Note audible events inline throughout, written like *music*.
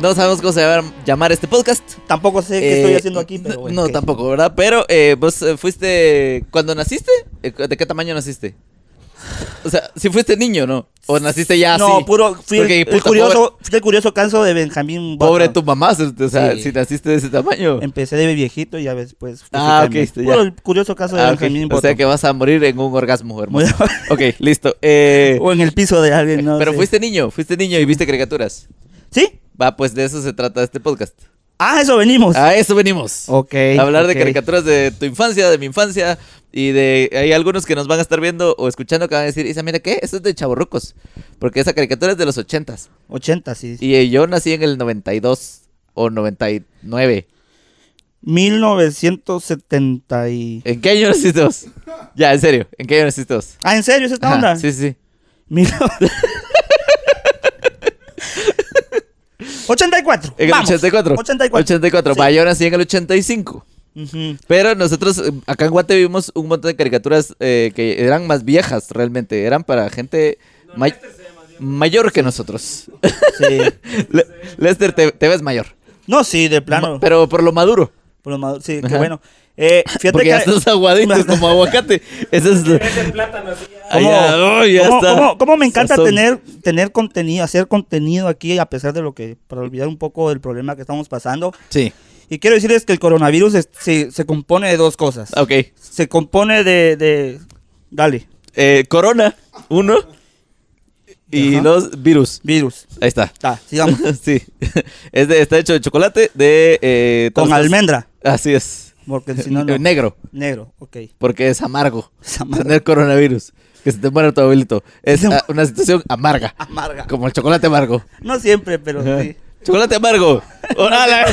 No sabemos cómo se va a llamar este podcast. Tampoco sé qué estoy Eh, haciendo aquí, pero bueno. no, ok. tampoco, ¿verdad? Pero eh, vos eh, fuiste. ¿Cuándo naciste? Eh, ¿De qué tamaño naciste? O sea, si fuiste niño, ¿no? O naciste ya no, así. puro. Fui Ah, Porque, el, el puta, curioso, fui el curioso canso de Benjamín. Button. Pobre tu mamá, se- o sea, Sí. si naciste de ese tamaño. Empecé de viejito y ya después. fui Ah, cambiando. ok, ya. Puro el curioso caso de Ah, ok. Benjamín. O sea Button. que vas a morir en un orgasmo, hermano. *laughs* Muy- ok, listo. *laughs* Eh, o en el piso de alguien, ¿no? pero sé. fuiste niño, fuiste niño y viste caricaturas. ¿Sí? Va, pues de eso se trata este podcast. Ah, eso venimos. A eso venimos. ok. Hablar de ok. caricaturas de tu infancia, de mi infancia. Y de. Hay algunos que nos van a estar viendo o escuchando que van a decir, Isa, mira, ¿qué? Eso es de chavorrucos. Porque esa caricatura es de los ochentas. 80, sí. Y eh, yo nací en el 92 o 99. 1970 y... ¿En qué año naciste *laughs* vos? Ya, en serio. ¿En qué año naciste vos? Ah, ¿en serio? ¿Es esta Ajá, onda? Sí, sí. sí. Mil- *laughs* 84. *laughs* En el vamos. 84. 84. 84. Sí. Va, yo nací en el 85. Ujú. Pero nosotros eh, acá en Guate vimos un montón de caricaturas eh, que eran más viejas realmente. Eran para gente may- este mayor que nosotros. Sí. Le- Lester, te, te ves mayor. No, sí, de plano. Ma- Pero por lo maduro. Por lo más- sí, qué Ajá. bueno. Eh, fíjate Porque que... ya estás aguadito *laughs* como aguacate. Eso es. Ah, ya, oh, ya ¿Cómo, está. cómo- cómo me encanta Sazón. tener, tener contenido, hacer contenido aquí, a pesar de lo que, para olvidar un poco del problema que estamos pasando. Sí. Y quiero decirles que el coronavirus es- se, se compone de dos cosas. Ok. Se compone de... de... Dale, Eh, corona, uno. Y Ajá. dos, virus. virus. Ahí está. Está, sigamos. *laughs* sí. Es de- está hecho de chocolate, de. eh, Con todas- almendra, Así es. porque si no, no. Eh, *laughs* Negro, Negro, ok. *laughs* porque es amargo. Esa madre Tener coronavirus. Que se te muera tu abuelito. Es Se mu- ah, una situación amarga. amarga. Como el chocolate amargo. No siempre, pero Ajá. sí. *laughs* Chocolate *laughs* amargo. Órale.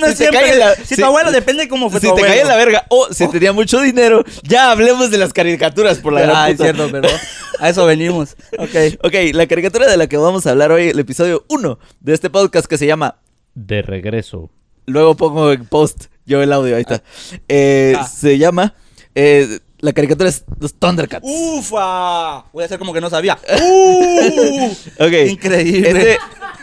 No Si te cae siempre. en la- si, tu abuelo depende cómo fue si tu te caía en abuelo. la verga o si tenía mucho dinero, ya hablemos de las caricaturas por la gran *laughs* Ah, es puta. *laughs* cierto, perdón. A eso venimos. Ok. Ok, la caricatura de la que vamos a hablar hoy, el episodio 1 de este podcast que se llama De regreso. Luego pongo en post yo el audio, ahí está. Eh, Ah. Se llama. eh, la caricatura es los Thundercats. Uh, Ufa. Voy a hacer como que no sabía. Uh. *laughs* Ok. Increíble. Este,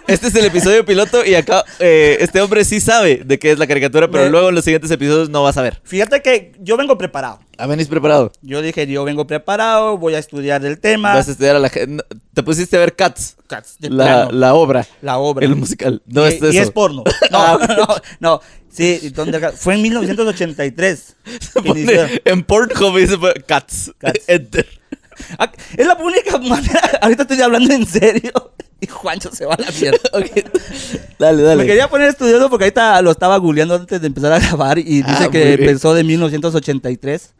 este es el episodio piloto y acá eh, este hombre sí sabe de qué es la caricatura, pero Me- luego en los siguientes episodios no va a saber. Fíjate que yo vengo Ah, preparado. ¿A venís preparado? Yo dije, yo vengo preparado, voy a estudiar del tema. Vas a estudiar a la gente. Te pusiste a ver Cats, Cats, de la, plano. la obra, La obra. el musical. No y, es eso. Ah, y es *laughs* porno. No, *laughs* no, no. Sí, Thundercats. Fue en 1983. Se que pone inició. en Pornhub y se pone Cats. Cats. *laughs* Enter. Ah, Es la única manera. Ahorita estoy hablando en serio. *laughs* Y Juancho se va a la mierda. *laughs* Ok. Dale, dale. Me quería poner estudiando porque ahorita lo estaba googleando antes de empezar a grabar y Ah, dice muy que bien. empezó de 1983.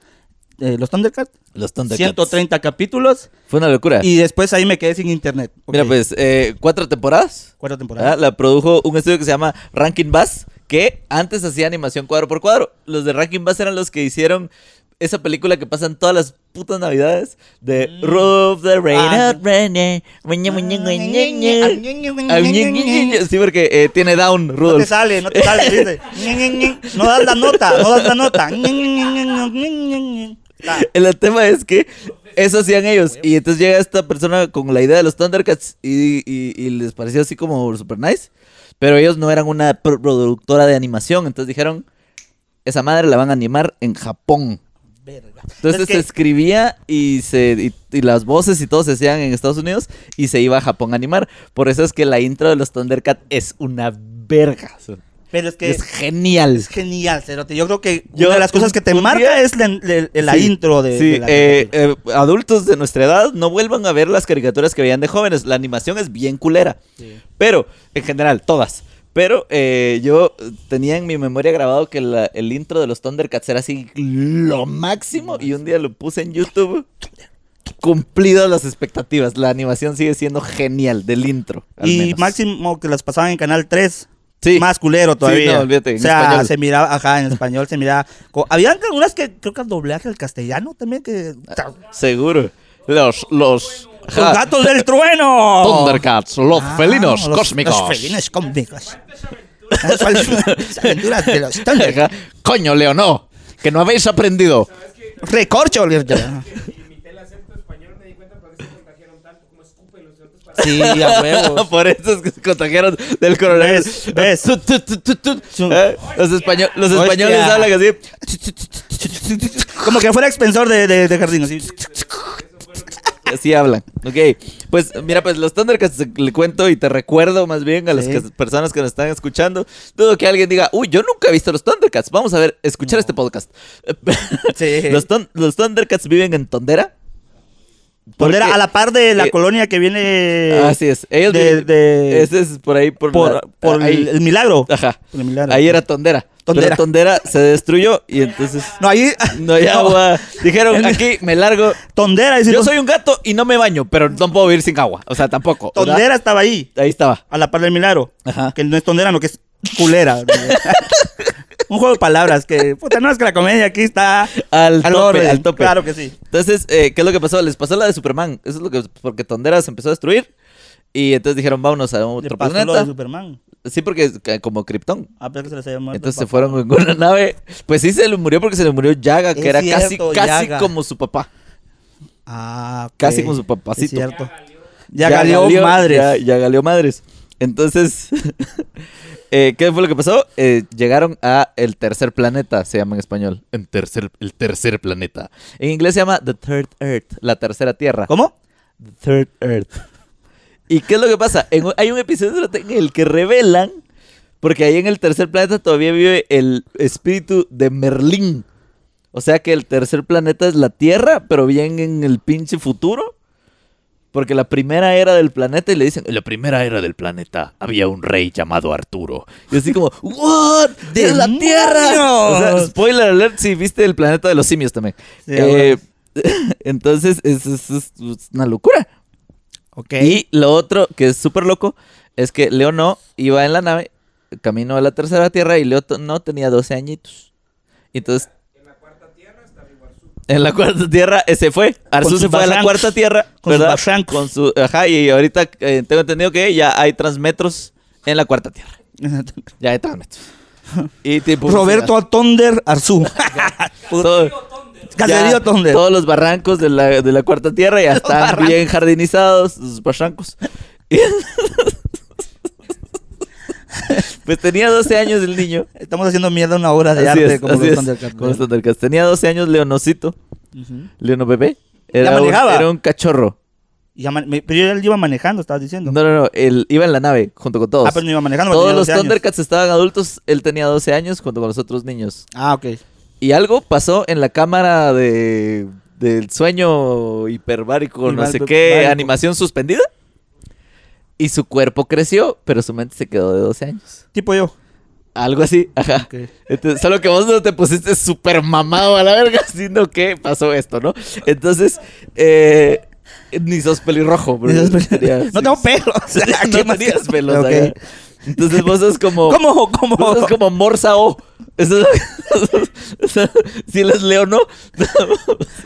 eh, los Thundercats. Los Thundercats. 130 capítulos. Fue una locura. Y después ahí me quedé sin internet. Ok, Mira, pues, eh, cuatro temporadas. Cuarta Ah, temporada. La produjo un estudio que se llama Rankin Bass, que antes hacía animación cuadro por cuadro. Los de Rankin Bass eran los que hicieron esa película que pasan todas las putas navidades de Rudolph the Ah. Red Reindeer. Muñe, muñe, muñe, muñe. Ah, ñe, ñe, ñe, ñe. No Sí, porque eh, tiene down, te Rudolph. sale, no te sale, dice. Ñe, Ñe, Ñe. No das la nota, no das la nota. Ñe, Ñe, Ñe, Ñe, Ñe, Ñe, Ñe. Ah, *laughs* El tema es que eso hacían ellos. Y entonces llega esta persona con la idea de los Thundercats y, y- y les pareció así como super nice. Pero ellos no eran una pro- productora de animación. Entonces dijeron, esa madre la van a animar en Japón. verga. Entonces Es que- se escribía y, se, y, y las voces y todo se hacían en Estados Unidos y se iba a Japón a animar. Por eso es que la intro de los Thundercats es una verga. Pero es que Es genial. es genial, Cerote. Yo creo que Yo- una de las cosas que te un marca día- es la, la- la Sí, intro de, sí, de la eh, eh, adultos de nuestra edad no vuelvan a ver las caricaturas que veían de jóvenes. La animación es bien culera. caricatura. Pero, en general, todas. Pero eh, yo tenía en mi memoria grabado que la- el intro de los Thundercats era así lo máximo. Y un día lo puse en YouTube. Cumplidas las expectativas. La animación sigue siendo genial del intro. al Y menos. máximo que las pasaban en Canal 3. Sí. Más culero todavía. no, olvídate, en o sea, español. se miraba, ajá, en español se miraba. co- Habían algunas que creo que al doblaje al castellano también que. Seguro. Los. Los. ¡Los ja, gatos del trueno! Thundercats, los Ah, felinos los- cósmicos. Los felinos cósmicos. Las fal- aventuras de los *laughs* Thundercats. Ajá. Coño, Leonó, que no habéis aprendido. Recorcho, Lirja. Imité el acento español, me di cuenta por qué se contagiaron tanto, como escupen Sí, a *laughs* huevos. Por eso es que se contagiaron del coronavirus. ¿Ves? ¿Ves? Tut, tut, tut, tut, tut. Su- Eh, Los, español- los Hostia. españoles hablan así. Como que fuera expensor de, de, de jardín, así. Así hablan. Ok. Pues mira, pues los Thundercats eh, le cuento y te recuerdo más bien a las Sí. que- personas que nos están escuchando. Dudo que alguien diga, uy, yo nunca he visto los Thundercats. Vamos a ver, escuchar este podcast. Sí. *laughs* Los, Thun- los Thundercats viven en Tondera. Porque era Porque- a la par de la eh, colonia que viene. Así es. Ellos de- viven- de- Ese es por ahí, por, por, la- por ahí. el, el milagro. Ajá. Por el milagro. Ahí era Tondera. Tondera. Pero Tondera se destruyó y entonces *laughs* No, ahí. no hay agua. Dijeron, El- aquí me largo. Tondera, dice. Yo soy un gato y no me baño, pero no puedo vivir sin agua. O sea, tampoco. ¿verdad? Tondera estaba ahí, Ahí estaba. a la par del milagro. Ajá. Que no es tondera, no, que es *laughs* culera. un juego de palabras que. Puta, no es que la comedia aquí está. Al tope, orden. al tope. Claro que sí. Entonces, eh, ¿qué es lo que pasó? Les pasó la de Superman. Eso es lo que. Porque Tondera se empezó a destruir. Y entonces dijeron, vámonos a Le otro pasó lo de planeta. Superman. Sí, porque es ca- como Krypton. A pesar que se les había muerto. Entonces el se papá. fueron en una nave. Pues sí, se le murió porque se le murió Yaga, que Es era cierto, casi, casi Yaga. como su papá. Ah, ok. Casi como su Es papacito. cierto. Ya galeó madres. Ya, ya galeó madres. Entonces, *laughs* eh, ¿qué fue lo que pasó? Eh, llegaron a el tercer planeta, se llama en español. En tercer, el tercer planeta. En inglés se llama The Third Earth, la tercera tierra. ¿Cómo? The Third Earth. ¿Y qué es lo que pasa? En un- hay un episodio en el que revelan, porque ahí en el tercer planeta todavía vive el espíritu de Merlín. O sea que el tercer planeta es la Tierra, pero bien en el pinche futuro. Porque la primera era del planeta y le dicen, en la primera era del planeta había un rey llamado Arturo. Y así como, ¿what? ¡De la ¡Demonios! Tierra! O sea, spoiler alert si viste el planeta de los simios también. Sí, Eh, *laughs* entonces, es- es- es una locura. Ok. *laughs* Y lo otro que es súper loco es que Leo no iba en la nave, camino a la tercera tierra y Leo to- no tenía 12 años. Entonces. En la cuarta tierra se fue. Arzu sus se fue a la barrancos. cuarta tierra. Con sus ¿verdad? barrancos. Con su. Ajá, y ahorita eh, tengo entendido que ya hay transmetros en la cuarta tierra. Ya hay *laughs* transmetros. Y tipo. Roberto Atonder Arzú. *laughs* Todo- Caserío ya Tonder. Todos los barrancos de la, de la cuarta tierra *laughs* ya están bien jardinizados, los barrancos. *laughs* Y- pues tenía 12 años el niño. Estamos haciendo mierda una obra de Así arte es, como así los es, Thundercats. como los Thundercats. Tenía 12 años Leonocito, Ujú. Leono Bebé. Era Ya un, manejaba. era un cachorro. Y ya man- me- pero yo él iba manejando, estabas diciendo. No, no, no. Él iba en la nave junto con todos. ah, pero no iba manejando. todos pero los tenía 12 años. Thundercats estaban adultos. Él tenía 12 años junto con los otros niños. Ah, ok. Y algo pasó en la cámara de del sueño hiperbárico, no Hiper- sé qué, bárico. animación suspendida. Y su cuerpo creció, pero su mente se quedó de 12 años. Tipo yo. Algo así, ajá. Ok. Entonces, solo que vos no te pusiste súper mamado a la verga, *laughs* sino que pasó esto, ¿no? Entonces, eh, ni sos pelirrojo, bro. *laughs* Tenías- *laughs* no tengo pelos. O sea, ¿qué no más tenías que- pelos. Ok. ajá. Entonces vos sos como... *laughs* ¿Cómo? ¿Cómo? *laughs* Eso es como Morsa O. Eso es- *laughs* eso es- *laughs* si les leo, ¿no?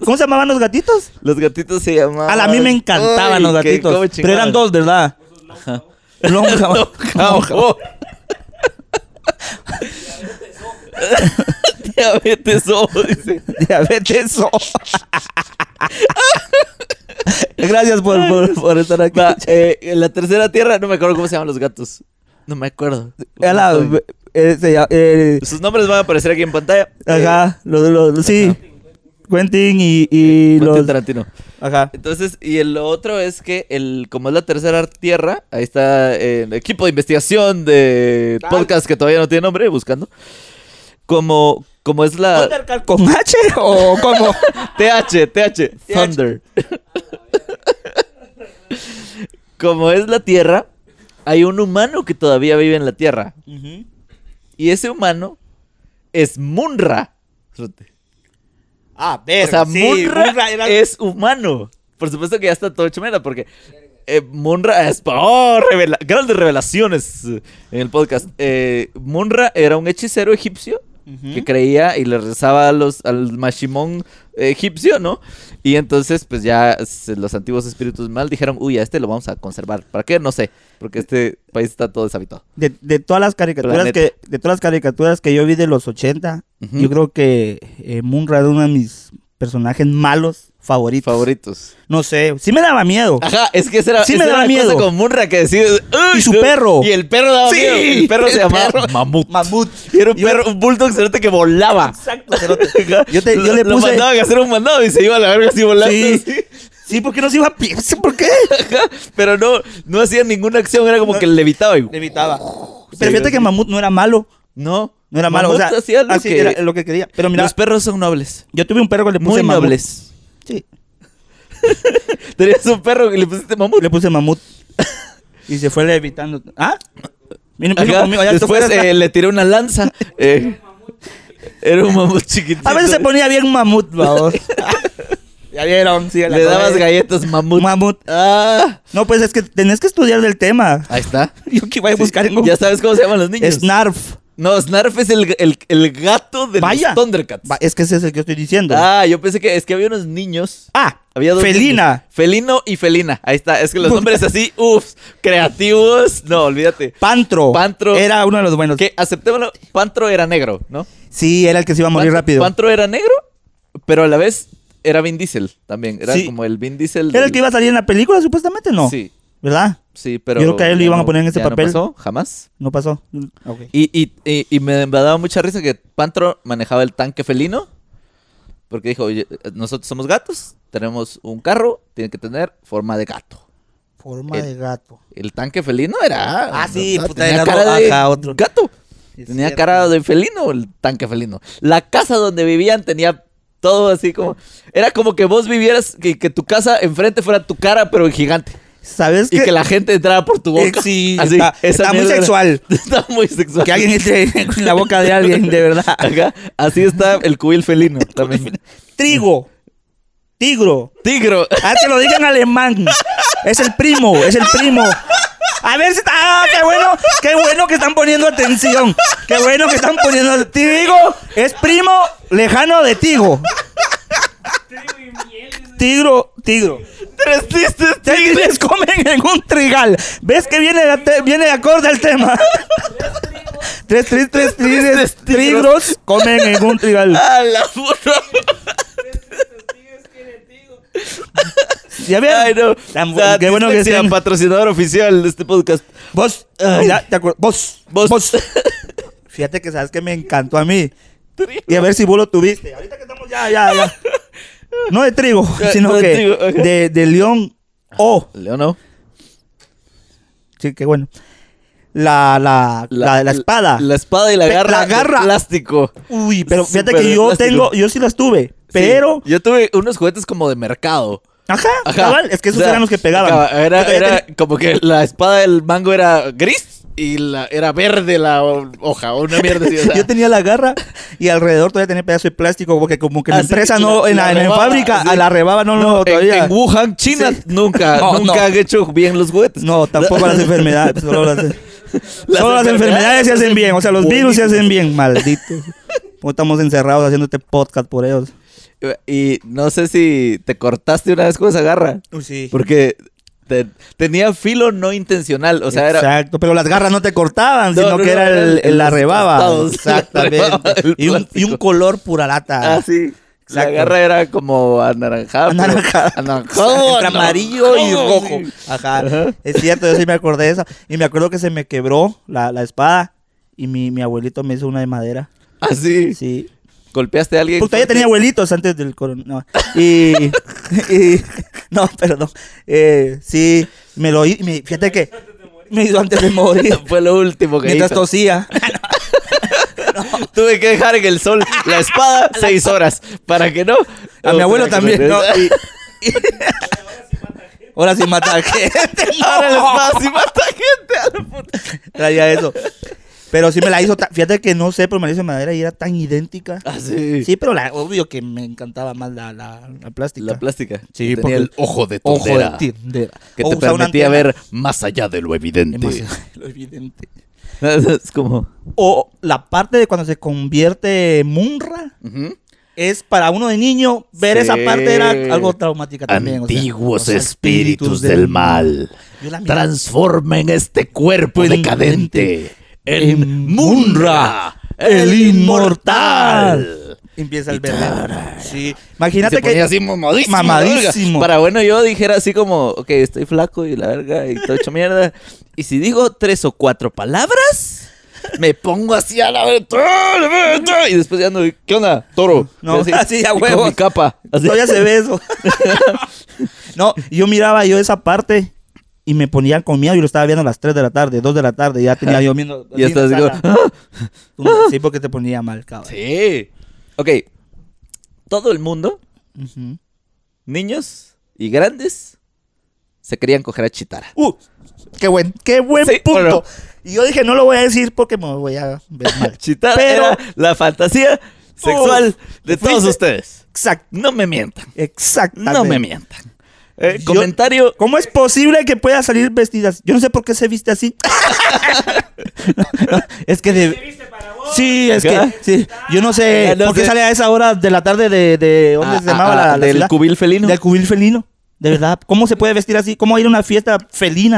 ¿Cómo se llamaban los gatitos? Los gatitos se llamaban. A la mí me encantaban Ay, los qué- gatitos. cómo Pero eran chingados. dos, ¿verdad? *laughs* Lonja. Lonja *laughs* O. Diabetes O. dice. *laughs* *laughs* Diabetes. oh. Gracias por, por, por estar aquí. Va, eh, en la tercera tierra, no me acuerdo cómo se llaman los gatos. No me acuerdo. A la- eh, se llama- eh, Sus nombres van a aparecer aquí en pantalla. Eh, ajá, los, los, los- sí. Quentin y, y Quentin los... Tarantino. Ajá. Entonces, y el lo otro es que el, como es la tercera tierra, ahí está eh, el equipo de investigación de podcast que todavía no tiene nombre, buscando. Como, como es la ¿Thundercat ¿Con H o cómo? TH, TH, Thunder. como es la tierra, hay un humano que todavía vive en la tierra. Y ese humano es Munra. Ah, O sea, Munra, Eh, es humano. Por supuesto que ya está todo hecho mierda porque eh, Munra es... ¡Oh! revela- grandes revelaciones eh, en el podcast. Eh, Munra era un hechicero egipcio ¿Mm? que creía y le rezaba a los, al Mashimón eh, egipcio, ¿no? Y entonces, pues ya se- los antiguos espíritus mal dijeron, uy, a este lo vamos a conservar. ¿Para qué? No sé, porque este país está todo deshabitado. De, de todas las caricaturas Planeta. que de todas las caricaturas que yo vi de los 80, Ujú. yo creo que eh, Munra era uno de mis personajes malos favoritos. favoritos. No sé, sí me daba miedo. Ajá, es que esa era, Sí esa me era daba la miedo. cosa con Munra que decía. "Uy, Y su no". perro. Y el perro daba Sí, miedo. El perro se el llamaba perro. Mamut. Mamut. Y era un Yo- *laughs* perro, un bulldog cerote que volaba. Exacto, Yo te- yo le Lo puse- mandaban a hacer un mandado y se iba a la verga así volando. Sí. así. *laughs* Sí, ¿por qué no se iba a pie? *laughs* No sé ¿Por qué? Ajá, Pero no, no hacía ninguna acción, era como No. que levitaba. Y... Evitaba. Pero fíjate que Mamut no era malo. No, No era malo. O Mamut sea, hacía lo así que- era lo que quería. Pero mira, Los perros son nobles. yo tuve un perro que le puse Muy Mamut. nobles. Sí. Tenías un perro y le pusiste mamut. Le puse Mamut. *laughs* Y se fue levitando. ¿Ah? Vino, vino Ajá, conmigo. Ya te Después fueras. eh, le tiré una *laughs* lanza. eh, era un mamut chiquitito. *laughs* A veces se ponía bien Mamut, vamos. ya vieron. Sí, a la Le cosa dabas de- galletas *laughs* mamut. Mamut. Ah, No, pues es que tenés que estudiar *laughs* del tema. ahí está. Yo que iba a buscar en Google. Ya sabes cómo se llaman los niños. Snarf. no, Snarf es el, el, el gato de Vaya. los Thundercats. Va, Es que ese es el que estoy diciendo. Ah, yo pensé que es que había unos niños. Ah, Había dos Felina. niños. Felino y felina. Ahí está. Es que los nombres así, uff, creativos. No, olvídate. Pantro. Pantro. Era uno de los buenos. Que aceptémoslo, Pantro era negro, ¿no? Sí, era el que se iba a morir Pantro- rápido. Pantro era negro, pero a la vez era Vin Diesel también. Era Sí. como el Vin Diesel. Era el del- que iba a salir en la película, supuestamente, ¿no. Sí, ¿Verdad? sí, pero. Yo creo que a él lo ya iban a poner en ese ya papel. No pasó, jamás. No pasó. Ok. Y, y, y, y me, me daba mucha risa que Pantro manejaba el tanque felino. Porque dijo, "Oye, nosotros somos gatos, tenemos un carro, tiene que tener forma de gato. Forma El- de gato. El tanque felino era. Ah, sí, ¿verdad? puta, tenía era cara de ajá, otro. gato. Es tenía cierto. cara de felino el tanque felino. La casa donde vivían tenía todo así como. Era como que vos vivieras, que, que tu casa enfrente fuera tu cara, pero en gigante. ¿Sabes Y qué? que la gente entrara por tu boca. Eh, sí, Así, está, esa está muy mierda era- sexual. *laughs* Está muy sexual. Que alguien *laughs* entre en la boca de alguien, de verdad. Ajá, así está el cubil felino también. Trigo. Tigro. *laughs* Tigro. Ah, que lo diga en alemán. Es el primo, es el primo. A ver si está. ¡Ah, qué bueno! ¡Qué bueno que están poniendo atención! ¡Qué bueno que están poniendo. Tigo es primo lejano de Tigo. Tigro, tigro. Tres tristes Tigres comen en un trigal. ¿Ves que viene, de ate- viene de acorde al tema? Tres, tres, tres, tigres, tigros comen en un trigal. A la puta. ¿Ya Ay, vieron? no. Tan bu- Sad qué bueno que Dyslexia, sean. patrocinador oficial de este podcast. Vos, Ay. ya, te acuer- Vos, Vos. vos. Fíjate que sabes que me encantó a mí. Y a ver si vos lo tuviste. Ahorita que estamos ya, ya, ya. No de trigo, *laughs* Ya, sino no de que trigo, ajá. de, de león. O. *laughs* Leo no. Sí, qué bueno. La, la, la, la espada. La espada y la Pe- garra. la garra. de Plástico. Uy, pero fíjate Súper que yo plástico. tengo, yo sí las tuve. Pero, Sí, yo tuve unos juguetes como de mercado. ajá, Ajá. cabal, es que esos O sea, eran los que pegaban. acaba- Era, Yo todavía era tenía- como que la espada del mango era gris y la, era verde la ho- hoja o una mierda *laughs* así. o sea. Yo tenía la garra y alrededor todavía tenía pedazo de plástico, porque como que la Así, empresa no, Ah, la- en la, la en la rebaba, fábrica, sí. a la rebaba no, lo en, todavía. en Wuhan, China, nunca, *laughs* No, nunca no. han hecho bien los juguetes. No, tampoco las enfermedades. Solo *laughs* las, solo las enfermedades se hacen bien. O sea, los virus se hacen bien, maldito. ¿Cómo estamos encerrados haciendo este podcast por ellos? Y no sé si te cortaste una vez con esa garra. Sí. Porque te- tenía filo no intencional. O sea, era. Exacto, pero las garras no te cortaban, No, sino no, que no, era era el, el- la los rebaba. costados, la *laughs* Exactamente. rebaba del y, un, y un plástico. color pura lata. Ah, sí. La Exacto. garra era como anaranjada. pero- Anaranjada. Anaranjado. Entre amarillo y anaranjado, rojo. sí. Ajá. Es cierto, yo sí me acordé de eso. Y me acuerdo que se me quebró la, la espada y mi, mi abuelito me hizo una de madera. Así. Sí. Golpeaste a alguien. Puta, ya fuerte? tenía abuelitos antes del corona. No. Y, *laughs* y- No, perdón. Eh, sí, me lo hizo. Fíjate que. Me hizo antes de *laughs* morir. Fue lo último que Mientras hizo. tosía. Tuve que dejar en el sol la espada seis horas. Para que no. A mi abuelo Otra también. cosa. ¿no? Y- y- *laughs* Ahora sí mata a gente. *laughs* no. Ahora la espada sí mata gente. a la puta. Traía eso. Pero sí me la hizo. ta- Fíjate que no sé, pero me la hizo de madera y era tan idéntica. Ah, Así. Ah, Sí, pero la, obvio que me encantaba más la, la, la plástica. La plástica. Sí, Que porque- tenía el ojo de Ojo de tondera. tindera. Que O te usaba una permitía antena. ver más allá de *laughs* lo evidente. Demasiado- Lo evidente. es como. O la parte de cuando se convierte Munra ujú. es para uno de niño ver Sí. esa parte era algo traumática también. o sea, Antiguos los espíritus del mal, Yo la miraba. transformen este cuerpo decadente en Munra, Munra, el inmortal. empieza el Y verde. tarara. Sí. Y Imagínate se que ponía así mamadísimo. mamadísimo. Para bueno yo dijera así como, ok, estoy flaco y la verga y todo hecho mierda. Y si digo tres o cuatro palabras, me pongo así a la vez. Y después ya ando, ¿qué onda, toro? No, Y *laughs* así, a y huevos. Con mi capa. Así. Todavía se ve eso. no, yo miraba yo esa parte y me ponía con miedo. Yo lo estaba viendo a las 3 de la tarde, 2 de la tarde. Ya tenía yo viendo. Y ya así en estás la así sala. *laughs* como, "Ah". Tú, Sí, porque te ponía mal, cabrón. Sí. Ok. Todo el mundo, Ujú. niños y grandes, se querían coger a Chitara. Uh, qué buen, qué buen Sí, punto. bueno. Y yo dije, no lo voy a decir porque me voy a ver *laughs* mal. Chitara Pero- era la fantasía sexual de todos fuiste- ustedes. Exacto, No me mientan. exactamente. No me mientan. Eh, Yo- comentario. ¿Cómo es posible que pueda salir vestidas? Yo no sé por qué se viste así. *laughs* es que de... Sí, es que ¿Qué? sí. yo no sé Ya no por qué sé. sale a esa hora de la tarde de, de ¿dónde se Ah, llamaba ah, la, ah, la del ciudad? cubil felino. Del cubil felino. De verdad, ¿cómo se puede vestir así? ¿Cómo ir a una fiesta felina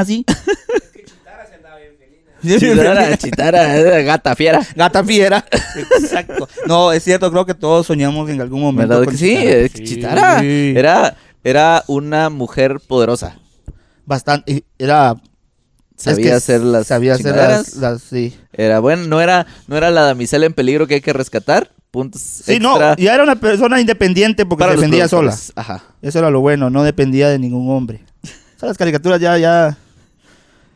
*laughs* así? *laughs* Es que Chitara, Chitara, era gata fiera. Gata fiera. Exacto. No, es cierto, creo que todos soñamos en algún momento. ¿Verdad con que sí? Chitara. Eh, Chitara Sí. era, era una mujer poderosa. Bastante. y Era. es Sabía que hacer las Sabía hacer las. chingaderas. las- sí. Era bueno, no era, no era la damisela en peligro que hay que rescatar. Puntos Sí, no, extra ya era una persona independiente porque para se los defendía sola. productores. Ajá. Eso era lo bueno, no dependía de ningún hombre. O sea, las caricaturas ya, ya.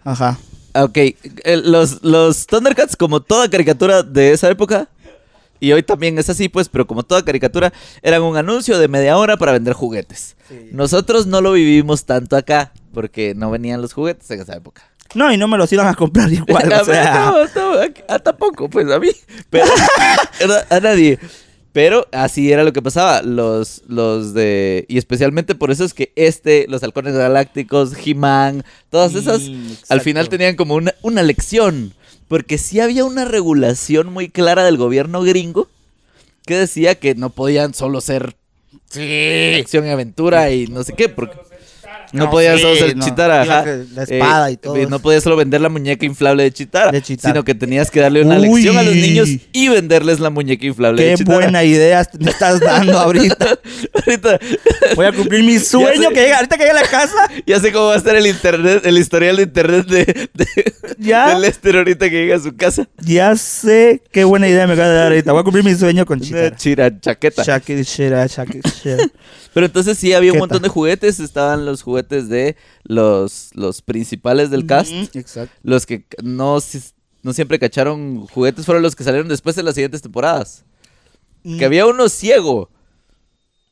Ajá. Ok, eh, los, los Thundercats, como toda caricatura de esa época, y hoy también es así, pues, pero como toda caricatura, eran un anuncio de media hora para vender juguetes. Nosotros no lo vivimos tanto acá, porque no venían los juguetes en esa época. *laughs* No, y no me los iban a comprar igual. *laughs* A ver, o sea, no, no, a- a tampoco, pues a mí. Pero, *laughs* ¿verdad? a nadie. Pero así era lo que pasaba. Los, los de. Y especialmente por eso es que este, los halcones galácticos, He-Man, todas esas, Mm, al final exacto. tenían como una, una lección. Porque sí había una regulación muy clara del gobierno gringo que decía que no podían solo ser acción y aventura y no sé qué. Porque no, No, podían sí, solo ser no. Chitara. Iba ajá. Eh, que la espada y todo eso. No podías solo vender la muñeca inflable de Chitara, De Chitara. sino que tenías que darle una Uy. lección a los niños y venderles la muñeca inflable de qué Chitara. buena idea me estás dando ahorita. *laughs* Ahorita Voy a cumplir mi sueño sé. que llega, ahorita que llegue a la casa. ya sé cómo va a estar el internet, el historial de internet de, de- Ya. de Lester ahorita que llega a su casa. Ya sé qué buena idea me acabas de dar ahorita. Voy a cumplir mi sueño con Una Chitara. chira chaqueta. Shaki, shira, shaki, shira. Pero entonces sí había un Chaqueta. montón de juguetes, estaban los juguetes de los, los principales *laughs* del cast. Mm, Exacto. Los que no, si- no siempre cacharon juguetes fueron los que salieron después de las siguientes temporadas. Mm. Que había uno ciego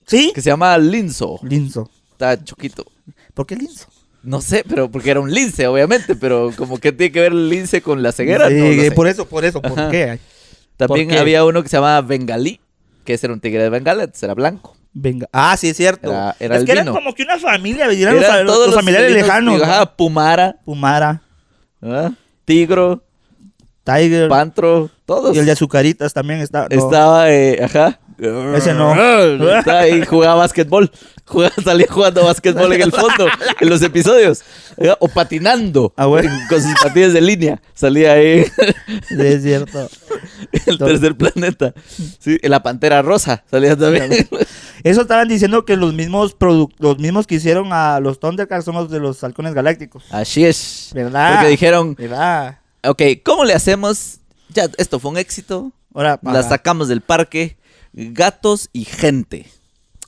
¿Sí? que se llama Linzo. Linzo. Está choquito. ¿Por qué linzo? No sé, pero porque era un lince, obviamente, pero como que tiene que ver el lince con la ceguera. Sí, no, no sé. Por eso, por eso, ¿por Ajá. qué? También ¿por qué? había uno que se llamaba Bengalí, que ese era un tigre de Bengala, entonces era blanco. Venga. Ah, sí, es cierto. Era- era es que eran albino. como que una familia, eran los, los familiares felinos, lejanos. digo, ¿no? ajá, Pumara, Pumara, ¿ah? Tigro, Tiger Pantro, todos. y el de azucaritas también está. no. Estaba, eh, ajá. Ese no. *laughs* Estaba ahí, jugaba básquetbol. Jugaba, salía jugando básquetbol en el fondo, en los episodios. Era- O patinando. Ah, bueno. Con sus patines de línea. Salía ahí Sí, es cierto. el tercer planeta. Sí, la pantera rosa. Salía también. Eso estaban diciendo que los mismos produ- los mismos que hicieron a los Thundercats son los de los halcones galácticos. Así es. ¿Verdad? Porque dijeron, ¿Verdad? ok, ¿cómo le hacemos? Ya, esto fue un éxito. Ahora, La ajá. sacamos del parque. Gatos y gente.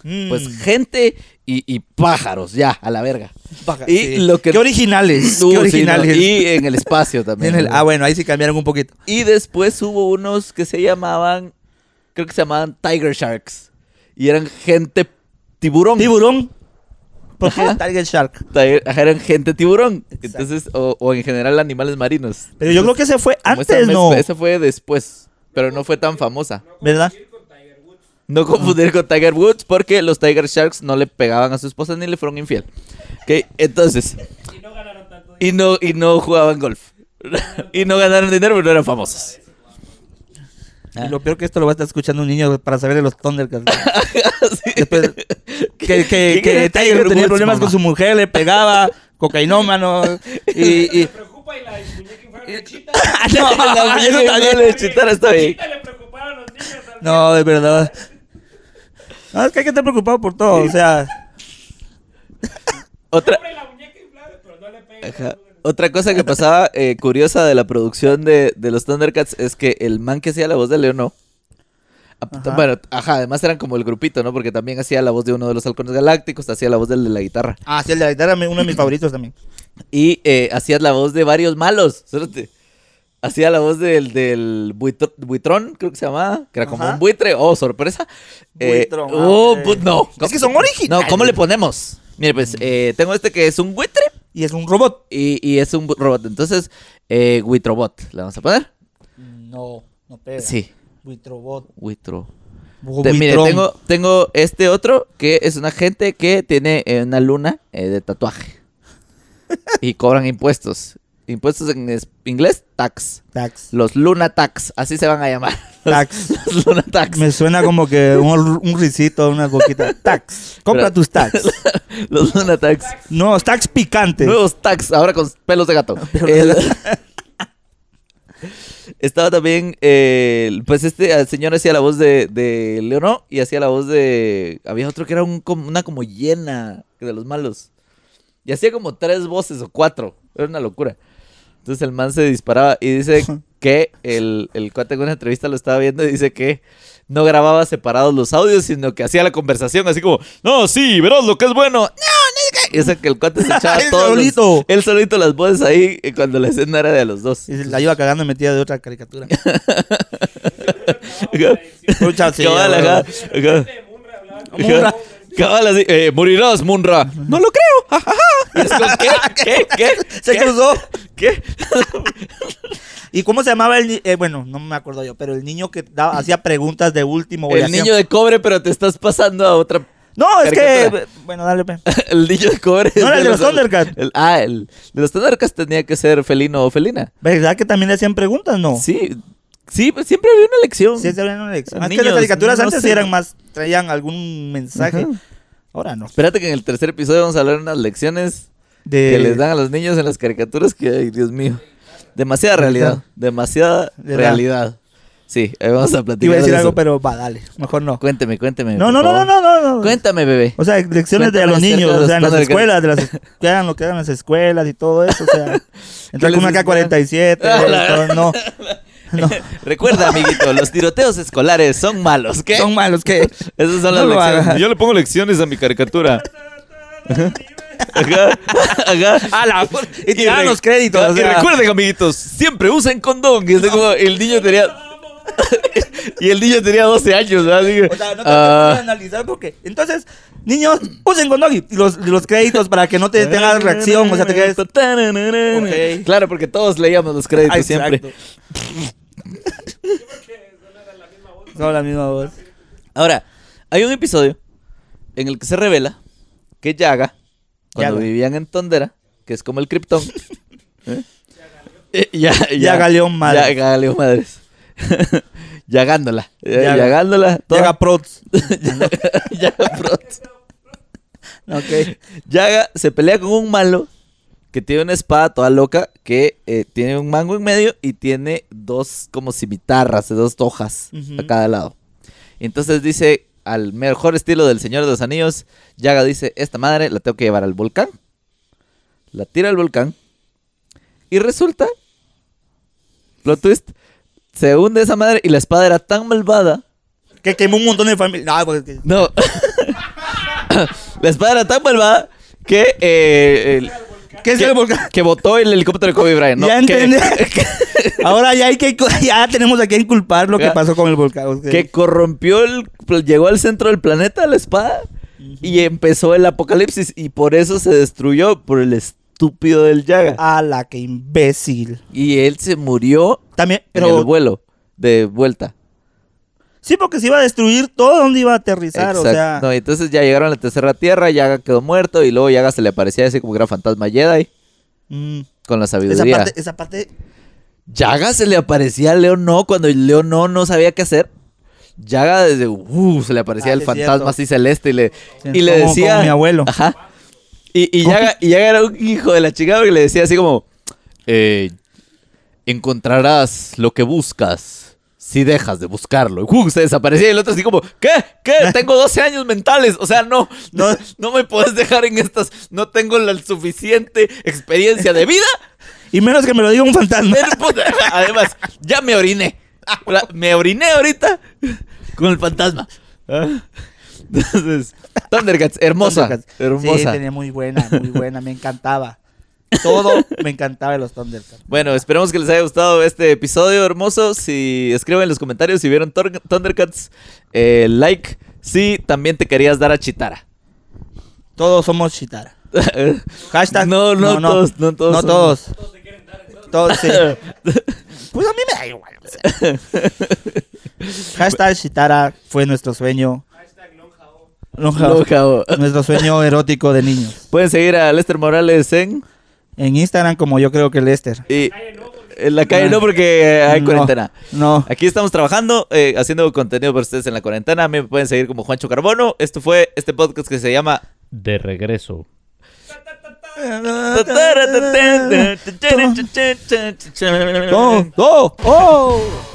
Mm. Pues gente y, y pájaros, ya, a la verga. Paja, y sí. lo que- *laughs* Qué originales. Uh, sí, qué no, originales. Y en el espacio también. En el- ah, bueno, ahí sí cambiaron un poquito. Y después hubo unos que se llamaban, creo que se llamaban Tiger Sharks. Y eran gente tiburón. Tiburón. ¿Por qué Tiger Shark? Tiger- ajá, eran gente tiburón. Exacto. Entonces, o, o en general animales marinos. Pero yo creo que ese fue Pues, Como esa antes, ¿no? mezcla, Esa fue después, pero no fue tan famosa. ¿Verdad? No confundir con Tiger Woods porque los Tiger Sharks no le pegaban a su esposa ni le fueron infiel. Ok, entonces. Y no Y no jugaban golf. *laughs* y no ganaron dinero, pero no eran famosos. *laughs* Ah. Y lo peor que esto lo va a estar escuchando un niño para saber de los Thundercats. *laughs* Después, que que, ¿Quién que era Tiger Tiger tenía Woods, problemas mamá? con su mujer, *laughs* le pegaba, cocainómano. Y, y- preocupa y la muñeca inflable de Chita. no, Ah, *laughs* *laughs* La muñeca eso está inflable bien. de Chitara está bien. Chita le preocupaba a los niños. al- No, de verdad. No, es que hay que estar preocupado por todo, o sea. *laughs* Otra, Sobre la muñeca inflable, pero no le pegues. ajá. Otra cosa que pasaba eh, curiosa de la producción de, de los Thundercats es que el man que hacía la voz de León no. Ah, puta, Ajá. Bueno, ajá, además eran como el grupito, ¿no? Porque también hacía la voz de uno de los halcones galácticos, hacía la voz del de la guitarra. Ah, sí, el de la guitarra, uno de mis favoritos también. Y eh, hacías la voz de varios malos. cerote. Hacía la voz del, del buitr- buitrón, creo que se llamaba, que era como Ajá. un buitre. Oh, sorpresa. Eh, Buitrón, ah, oh, ok. put- no. Es que son originales. Mm. No, ¿cómo le ponemos? Mire, pues eh, tengo este que es un buitre Y es un robot. y, y es un bu- robot. Entonces, eh, buitrobot, ¿le vamos a poner? No, no pega. Sí, Buitrobot. buitro. Bu- Te- mire, buitrón. tengo, tengo este otro que es una gente que tiene eh, una luna eh, de *laughs* tatuaje. y cobran impuestos. Impuestos en es- inglés, tax. Tax. Los Luna Tax, así se van a llamar. *laughs* Los- Tax. Los, Luna Tax. Me suena como que un, un risito, una coquita. Tax. Compra Pero- tus tax. *laughs* Los Luna Tax. No, tax picante. Nuevos tax, ahora con *laughs* pelos de gato. El- *laughs* Estaba también, eh, pues este eh, señor hacía la voz de, de Leonó y hacía la voz de... Había otro que era un, como- una como llena de los malos. Y hacía como tres voces o cuatro. Era una locura. Entonces el man se disparaba y *laughs* dice que el, el cuate en una entrevista lo estaba viendo y dice que no grababa separados los audios, sino que hacía la conversación así como, no, sí, verás lo que es bueno. No, no es que-". Y o sea, que el cuate se *laughs* echaba Él todos los- solito. él solito las voces ahí eh, cuando la escena era de los dos. *laughs* Y la iba cagando metida de otra caricatura. Pucha, sí, Cabal, ya, ajá, huevo. ajá. De Munra hablaba. Munra. Cabal así, eh, morirás, Munra. No lo creo, *laughs* jajaja. Y es como, *laughs* ¿Qué? ¿Qué? ¿Qué? Se ¿Qué? cruzó. ¿Qué? ¿Y cómo se llamaba el ni- eh, bueno, no me acuerdo yo, pero el niño que daba- hacía preguntas de último. o le El hacía- niño de cobre, pero te estás pasando a otra. No, es que. Caricatura. Bueno, dale, pues. pe. *laughs* El niño de cobre. es No, era el de los Thundercats. el- ah, el de los Thundercats tenía que ser felino o felina. ¿Verdad que también le hacían preguntas? No. Sí, sí, pues siempre había una elección. Sí, se abrían una elección. Es que las Niños, caricaturas no antes sé. eran más, traían algún mensaje. Ajá. Ahora no. Espérate que en el tercer episodio vamos a hablar de unas lecciones De, que les dan a los niños en las caricaturas que, ay, Dios mío. Demasiada realidad. Demasiada ¿Verdad? realidad. Sí, ahí vamos a platicar. Iba a decir de algo, eso. pero va, dale. Mejor no. Cuénteme, cuénteme. No, por no, no, no, favor. no, no, no. Cuéntame, bebé. O sea, lecciones de Cuéntame los acerca niños, de o los sea, en las Thundercats. escuelas, *laughs* de las, que hagan lo que hagan en las escuelas y todo eso, o sea, entrar con les *laughs* una K-47, enseñan? Ah, la todo, no, no, Recuerda, amiguito, los tiroteos escolares son malos, ¿qué? son *laughs* malos que, *laughs* Esas son No las lo hagas. lecciones. Yo le pongo lecciones a mi caricatura. Ajá, ajá. a la, y tirar re- los créditos, o y sea, recuerden, amiguitos, siempre usen condón. Y es como el niño tenía. *laughs* y el niño tenía 12 años, ¿verdad? Así que, o sea, no te ah, puedes analizar porque, entonces, niños, usen con y los, los créditos para que no te tengas reacción, o sea, te quedes, Ok. Claro, porque todos leíamos los créditos Ah, siempre. *laughs* exacto. Son la misma voz. Ahora, hay un episodio en el que se revela que Yaga, cuando Yaga. vivían en Tondera, que es como el *laughs* Krypton. ¿eh? Eh, ya, ya, Yaga León Madres. Yaga León Madres. *laughs* Yagándola. eh, Yaga. Yagándola. toda- *laughs* Llega Prots. Yaga Prot. *laughs* Ok. Yaga se pelea con un malo que tiene una espada toda loca que eh, tiene un mango en medio y tiene dos como cimitarras, de dos hojas Ujú. a cada lado. Y entonces dice, al mejor estilo del Señor de los Anillos, Yaga dice, esta madre la tengo que llevar al volcán. La tira al volcán. Y resulta, plot twist, se hunde esa madre y la espada era tan malvada Que quemó un montón de familias. No, pues, que- no. *coughs* la espada era tan malvada que. eh, el- ¿Qué es que, el *laughs* volcán? que botó el helicóptero de Kobe Bryant. ¿no? Ya *laughs* que, entendí. Ahora ya hay que *laughs* ya tenemos a quien culpar lo que Ya. pasó con el volcán. ok. que corrompió el. pues, Llegó al centro del planeta la espada y empezó el apocalipsis. Y por eso se destruyó por el estúpido del Yaga. A la que imbécil. Y él se murió También, en el pero vuelo de vuelta. sí, porque se iba a destruir todo donde iba a aterrizar, o Exacto. sea, No, y entonces ya llegaron a la tercera tierra, Yaga quedó muerto y luego Yaga se le aparecía así como que era fantasma Jedi mm, con la esa sabiduría. parte, esa parte, Yaga se le aparecía a León no cuando León no no sabía qué hacer. Yaga desde uh, se le aparecía Ah, el es fantasma cierto. así celeste y le, Sí, y le como- decía como *laughs* mi abuelo. Ajá. Y, y Yaga, y Yaga era un hijo de la chingada que le decía así como eh, encontrarás lo que buscas si dejas de buscarlo. Y ¡pum! se desaparecía y el otro así como, ¿qué? *laughs* ¿Qué? Tengo 12 años mentales. O sea, no, no, no me puedes dejar en estas. No tengo la suficiente experiencia de vida. Y menos que me lo diga un *laughs* fantasma. Pero, puta, Además, ya me oriné. La- Me oriné ahorita con el fantasma. Ah. Entonces, Thundercats, hermosa. Thundercats. Sí, Hermosa. tenía muy buena, muy buena. Me encantaba. Todo me encantaba de los Thundercats. Bueno, esperemos que les haya gustado este episodio hermoso. Si escriben en los comentarios si vieron Thor- Thundercats, eh, like. Si también te querías dar a Chitara. *laughs* Todos somos Chitara. Hashtag. No, no, todos, no todos No somos. todos. Todos, sí. Pues a mí me da igual. o sea. Hashtag Chitara fue nuestro sueño. No, Lo acabo. Nuestro sueño erótico de niños. Pueden seguir a Lester Morales en, En Instagram, como yo creo que Lester. y- en la calle, no porque hay No, cuarentena. No. Aquí estamos trabajando, eh, haciendo contenido para ustedes en la cuarentena. A mí me pueden seguir como Juancho Carbono. Esto fue este podcast que se llama De regreso. Todo, todo, oh.